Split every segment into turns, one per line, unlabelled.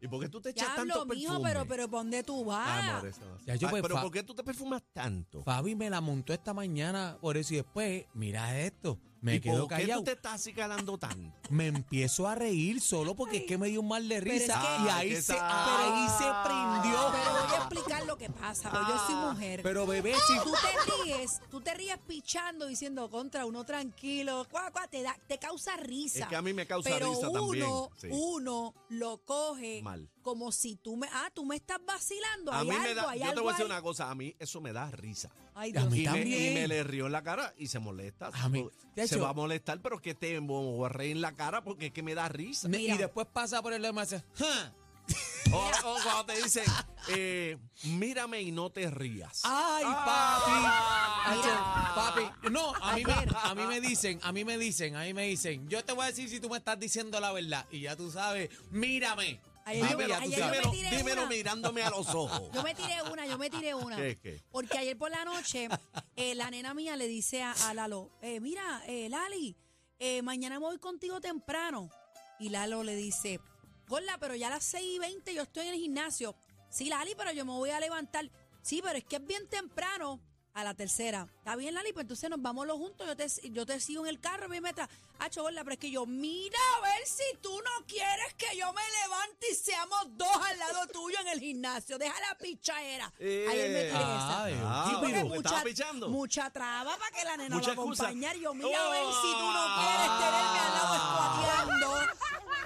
¿Y por qué tú te echas
ya
tanto
hablo, mijo,
perfume?
pero, pero ¿pa' ¿dónde tú vas?
Ah, amor, eso no.
Ya yo,
Ah,
pues,
pero
fa-
¿por qué tú te perfumas tanto?
Fabi me la montó esta mañana por eso y después, mira esto,
¿Y
me quedo
por qué
callado.
tú te estás acicalando tanto?
Me empiezo a reír solo porque es que me dio un mal de
Pero es
risa
que- Ah,
y ahí
que
se,
esa-
ahí se prendió.
Pero voy a explicar lo que pasa. porque yo soy
Ah,
mujer.
Pero bebé, si
tú te ríes, tú te ríes pichando diciendo contra uno tranquilo, cuá, cuá, te, da, te causa risa.
Es que a mí me causa
pero
risa también.
uno,
Sí.
uno lo coge
Mal.
como si tú me, ah, tú me estás vacilando,
A
hay
mí
algo,
me da,
hay
yo te
algo
voy a decir
ahí.
una cosa, a mí eso me da risa.
Ay,
A
Dios
mí
Y
mío.
me, y
También.
me le rió en la cara y se molesta.
A mí, de
se
hecho-
va a molestar, pero que te voy a reír en la cara porque es que me da risa.
me-
Mira.
y después pasa por el lado y me hace, "Ja".
O, o oh, cuando te dicen, eh, mírame y no te rías.
Ah,
ay papi, Hacho, papi, no, a mí, me, a mí me dicen, a mí me dicen, a mí me dicen, yo te voy a decir si tú me estás diciendo la verdad y ya tú sabes, mírame.
Ayer
Papi,
yo-
ya tú
ayer yo
sabes.
me
dímelo,
tiré
dímelo
una.
mirándome a los ojos.
Yo me tiré una, yo me tiré una.
¿Qué, qué?
Porque ayer por la noche, eh, la nena mía le dice a, a Lalo, eh, mira, eh, Lali, eh, mañana me voy contigo temprano. Y Lalo le dice, Gorla, pero ya a las 6 y 20 yo estoy en el gimnasio. Sí, Lali, pero yo me voy a levantar. Sí, pero es que es bien temprano. A la tercera. Está bien, Lali, pues entonces nos vamos los juntos. Yo te, yo te sigo en el carro, mi meta. Hacho, Gorla, pero es que yo, mira a ver si tú no quieres que yo me levante y seamos dos al lado tuyo en el gimnasio. Deja la pichaera. Ayer me tiré esa.
Ay,
Ah,
Sí, porque
pero
típico.
me
mucha,
estaba pichando.
mucha traba para que la nena
Mucha
lo
excusa.
acompañara. Yo, mira, a ver
Oh.
si tú no quieres tenerme al lado escuateando.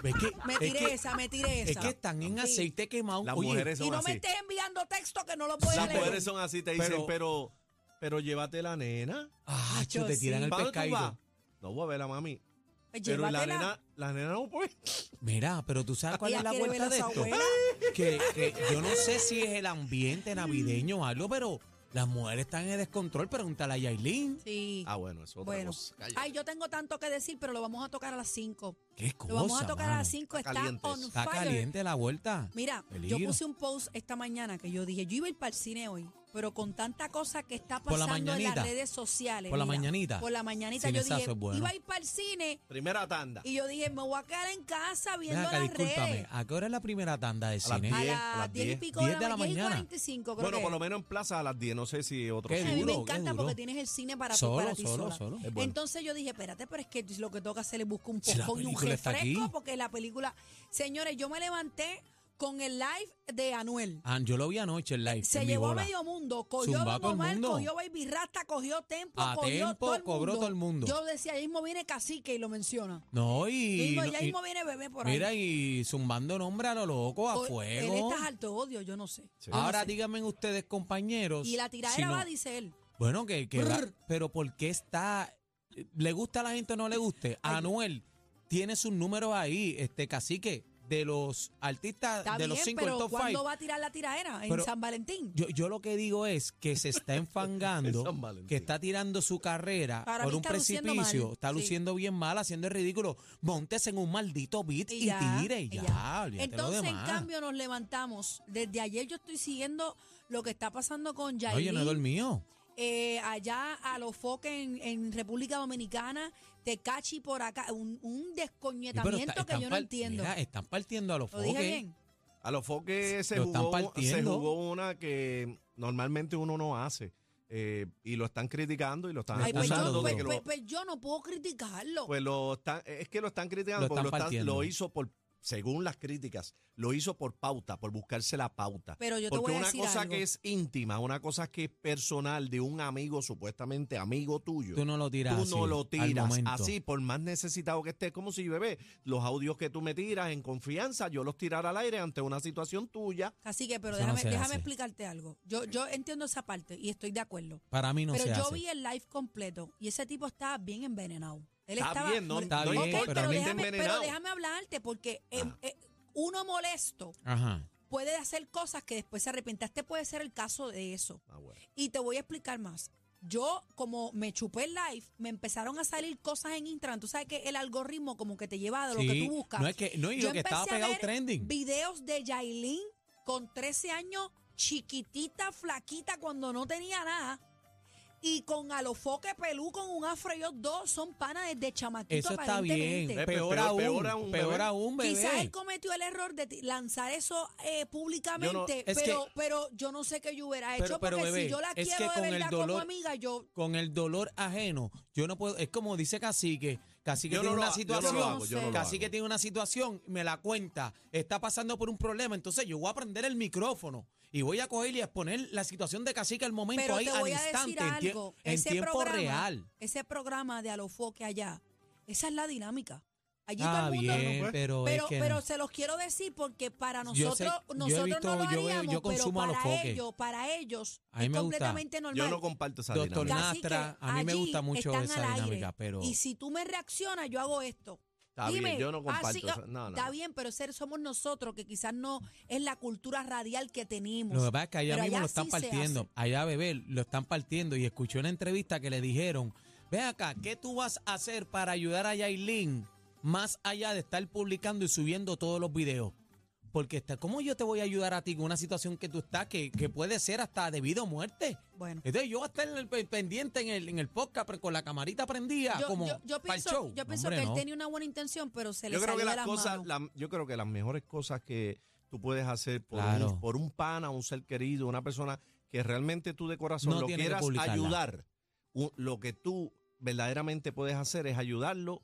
Es que-
Me
es
tiré
que-
esa, me tiré esa.
Es que están en
Sí.
aceite quemado.
Las
Oye,
mujeres son
Y no
así.
me estés enviando texto que no lo puedes
Las
leer.
mujeres son así, te dicen,
Pero-
pero, pero, llévate la nena.
Ah,
Yo
yo te tiran
sí.
el
¿Para dónde tú
pescado.
vas? No voy a ver a mami.
Pues
Pero ¿y la
llévatela.
nena, la nena no puede.
Mira, pero tú sabes cuál
Ella
es la
quiere ver
vuelta
a
de
su
esto.
abuela.
Que, que yo no sé si es el ambiente navideño o algo, pero Las mujeres están en descontrol, pregúntale a Yailin.
Sí.
Ah, bueno, eso es otra
bueno.
cosa. Cállate.
Ay, yo tengo tanto que decir, pero lo vamos a tocar a las 5.
¿Qué cosa,
Lo vamos a tocar a
mano?
las 5.
Está
Está,
caliente
on
eso.
Está
fire.
caliente la vuelta.
Mira,
Peligro.
yo puse un post esta mañana que yo dije, yo iba a ir para el cine hoy, pero con tanta cosa que está
Por la
pasando en las
mañanita.
redes sociales.
Por la
mira,
mañanita.
Por la mañanita yo
Cinesazo
dije,
es bueno.
iba a ir para el cine
Primera tanda.
y yo dije, me voy a quedar en casa
Ven
viendo
acá,
las redes.
discúlpame. ¿A qué hora es la primera tanda de
A las
cine?
A
10, a
las
las
10 y
10.
pico de
10 de
la
la
mañana. 10 y
mañana.
45, creo
Bueno,
que
por
es.
lo menos en plaza a las 10. No sé si otro
Qué
a mí me
duro, qué
encanta
duro.
porque tienes el cine para,
Solo,
tu, para ti
solo,
sola.
solo. Es
bueno.
Entonces yo dije, espérate, pero es que lo que toca hacer es buscar un
Si la
popcorn y un
película está aquí.
refresco porque la película... Señores, yo me levanté con el live de Anuel.
Ah, yo lo vi anoche en live.
Se
en Este mi
llevó a
bola.
medio mundo, cogió
Zumbá
a
a todo
Don
el
Omar,
mundo.
cogió Baby Rasta, cogió Tempo,
A
cogió
Tempo,
todo el mundo.
cobró todo el mundo.
Yo decía, ahí mismo viene Cacique y lo menciona.
No,
Y,
y.
digo,
no,
ya
y-
mismo viene Bebé por ahí.
mira, y zumbando nombre a lo loco, a
Co- Él
fuego.
está alto odio, yo no sé. Yo no
Ahora
sé.
díganme ustedes, compañeros.
Y la tiradera
si no-
va, dice él.
Bueno, que, que va- pero ¿por qué está? ¿Le gusta a la gente o no le guste? Anuel tiene sus números ahí, este cacique, de los artistas,
Está
de
bien,
los cinco del
pero
top
¿cuándo
five.
va a tirar la tiradera? En
Pero-
San Valentín.
Yo, yo lo que digo es que se está
En San
enfangando,
Valentín.
que está tirando su carrera
Para
por
mí
un
está luciendo
precipicio,
mal,
está
sí.
luciendo bien mal, haciendo el ridículo. Montes en un maldito beat y, tire y ya. olvídate lo
Entonces, en
demás.
cambio, nos levantamos. Desde ayer yo estoy siguiendo lo que está pasando con
No, yo
Yailin.
no he dormido.
eh, allá a los foques en, en República Dominicana, Tecachi por acá, un, un
Sí, pero
descoñetamiento
está-
que
están
yo no
par-
entiendo.
mira, están partiendo a los
¿Lo dije
foques.
bien?
A los foques se
Lo están
jugó, se
partiendo.
jugó una que normalmente uno no hace. eh, y lo están criticando y lo están
Ay,
pues,
Están
acusando de
yo,
dando
pues-
que lo-
pues- pues yo no puedo criticarlo.
pues lo están, es que lo están criticando
Lo
porque
están
lo, están-
partiendo.
lo hizo por, según las críticas, lo hizo por pauta, por buscarse la pauta.
pero yo te
Porque
voy a
una
decir
cosa
algo.
que es íntima, una cosa que es personal de un amigo, supuestamente amigo tuyo,
Tú no lo tiras
tú no
así,
lo
al
tiras
momento.
así, por más necesitado que estés, como si, bebé, los audios que tú me tiras en confianza, yo los tirara al aire ante una situación tuya.
Así que, pero
Eso no
déjame,
se
déjame
hace.
explicarte algo. Yo, yo entiendo esa parte y estoy de acuerdo.
Para mí no
pero
se
yo
hace.
vi el live completo y ese tipo estaba bien envenenado. Él
Está
estaba
bien, no,
mol-
Está
no
bien,
Ok,
importa,
pero
pero,
no está
déjame, pero
envenenado.
déjame hablarte porque eh,
Ah.
eh, uno molesto
Ajá.
puede hacer cosas que después se arrepienta. Este puede ser el caso de eso.
Ah, bueno.
Y te voy a explicar más. Yo, como me chupé el live, me empezaron a salir cosas en Instagram. Tú sabes que el algoritmo como que te lleva de lo que
Sí,
tú buscas.
No, es que, no y
Yo
lo que estaba
empecé a
pegado
ver
trending.
Videos de Yailin con 13 años, chiquitita, flaquita, cuando no tenía nada. Y con alofoque pelú, con un afro, ellos dos son panas desde chamaquito
Eso está bien.
aparentemente.
Peor,
Ve, peor-
aún.
peor
Peor
aún,
aún,
bebé.
bebé.
Quizás él cometió el error de ti- lanzar eso eh, públicamente,
es que-
pero, pero yo no sé qué yo hubiera hecho,
Pero- pero,
porque si
bebé,
yo la
es que
quiero de
con el
verdad como
dolor-
amiga, yo...
Con el dolor ajeno. Yo no puedo. Es como dice Cacique. Cacique
Yo
tiene
no lo
una
ha- yo no lo
situación.
hago, yo no lo
Cacique
hago.
tiene una situación, me la cuenta. Está pasando por un problema. Entonces yo voy a prender el micrófono y voy a coger y a exponer la situación de Cacique al momento
Pero
ahí
te
al
voy a decir
instante, en, tie-
algo,
en
ese
tiempo
programa,
real.
Ese programa de alofoque allá, esa es la dinámica. Allí todo
Ah,
el mundo...
bien,
pues.
pero, es
Pero,
que
pero
no.
se los quiero decir porque para
Yo
nosotros,
sé- yo he
nosotros no
visto-
lo
yo veo-
haríamos, pero
yo consumo
para
alofoque.
ellos, para ellos
A mí
es
me gusta.
completamente normal.
Yo no comparto esa
Doctor
dinámica.
Cacique,
Nastra, a mí me
allí
gusta mucho
están al
esa
aire.
dinámica, pero
Y si tú me reaccionas, yo hago esto.
Está
Dime,
bien, yo no comparto.
así- ah,
esa- no, no.
Está bien, pero ser somos nosotros que quizás no es la cultura radial que tenemos.
Lo que pasa es que allá
Pero
mismo
allá
lo están
sí se
partiendo. Allá, bebé, lo están partiendo. Y escuché una entrevista que le dijeron: Ve acá, ¿qué tú vas a hacer para ayudar a Yailin más allá de estar publicando y subiendo todos los videos? Porque está, ¿cómo yo te voy a ayudar a ti con una situación que tú estás, que, que puede ser hasta debido a muerte?
Bueno,
Entonces yo voy a estar en el pe- pendiente en el, en el podcast pero con la camarita prendida,
yo,
como
yo- yo
para el
pienso,
show.
yo pienso
Hombre,
que él
no.
tenía una buena intención, pero se le
yo creo
salió
que las
de las
cosas,
manos.
la- yo creo que las mejores cosas que tú puedes hacer por, un,
Claro.
por un pana, un ser querido, una persona que realmente tú de corazón
No
lo
tiene que
quieras
publicarla.
ayudar, u- lo que tú verdaderamente puedes hacer es ayudarlo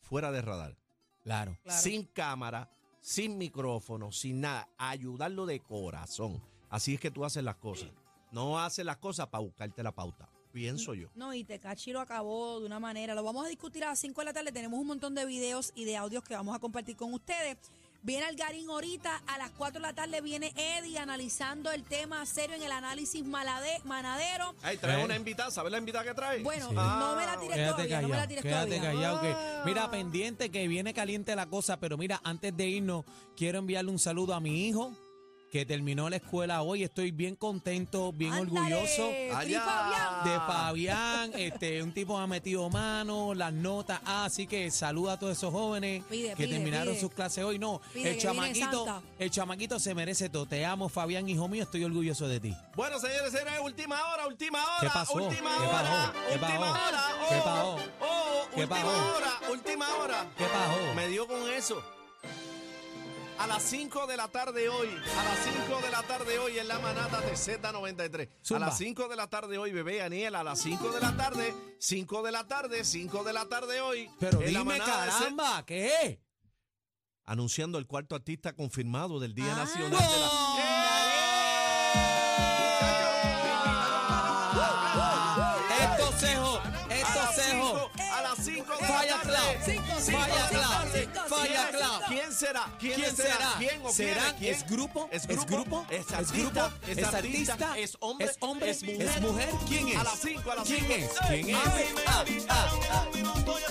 fuera de radar,
Claro.
Claro.
sin cámara, sin micrófono, sin nada, ayudarlo de corazón. Así es que tú haces las cosas. No haces las cosas para buscarte la pauta, pienso yo.
No, y Tecachi lo acabó de una manera. Lo vamos a discutir a las 5 de la tarde. Tenemos un montón de videos y de audios que vamos a compartir con ustedes. Viene Algarín ahorita, a las 4 de la tarde viene Eddie analizando el tema serio en el análisis malade- manadero.
Ay, trae
Eh.
una invitada, ¿sabes la invitada que trae?
Bueno,
Sí.
no me la tires
Quédate
todavía,
callado,
no me la tires
quédate
todavía.
callado que mira pendiente que viene caliente la cosa, pero mira, antes de irnos quiero enviarle un saludo a mi hijo que terminó la escuela hoy. Estoy bien contento, bien
Ándale, Ah.
orgulloso
Free
Allá.
Fabián.
de Fabián. Este, un tipo ha metido mano, las notas. Ah, así que saluda a todos esos jóvenes
Pide,
que
pide,
terminaron
pide.
sus clases hoy. No,
Pide,
el
que viene
chamaquito,
Santa.
el chamaquito se merece todo. Te amo, Fabián, hijo mío. Estoy orgulloso de ti.
Bueno, señores, señores, última hora, última hora,
¿Qué pasó?
última
¿Qué
hora,
pasó? ¿Qué
última
pasó?
hora, oh,
¿Qué pasó?
oh,
¿Qué
última
pasó?
hora, última hora.
¿Qué pasó?
Me dio con eso. A las 5 de la tarde hoy, a las 5 de la tarde hoy en la manada de Z93.
Zumba.
A las 5 de la tarde hoy, bebé Aniel, a las 5 de la tarde, 5 de la tarde, 5 de la tarde hoy.
Pero
en la
dime,
manada de Z-
caramba, ¿qué es?
Anunciando el cuarto artista confirmado del Día
Ah.
Nacional de la... ¡Eh!
Estos cejos,
A
estos
las
cejos.
cinco, A las 5 de
Falla
la
Clau,
tarde.
Cinco,
Cinco
falla
de la
Clau,
tarde.
cinco,
falla
¿Quién es?
Clau.
¿Quién será?
¿Quién será?
¿Quién o quién
¿Serán?
quién?
¿Es grupo?
¿Es grupo?
¿Es grupo?
¿Es
¿Es
artista?
grupo?
¿Es
¿Es
artista?
artista?
¿Es hombre?
¿Es hombre?
¿Es mujer?
¿Es mujer? ¿Quién
A
es?
las 5, a las
¿Quién
5.
es? ¿Quién es? Ah, ah, ah.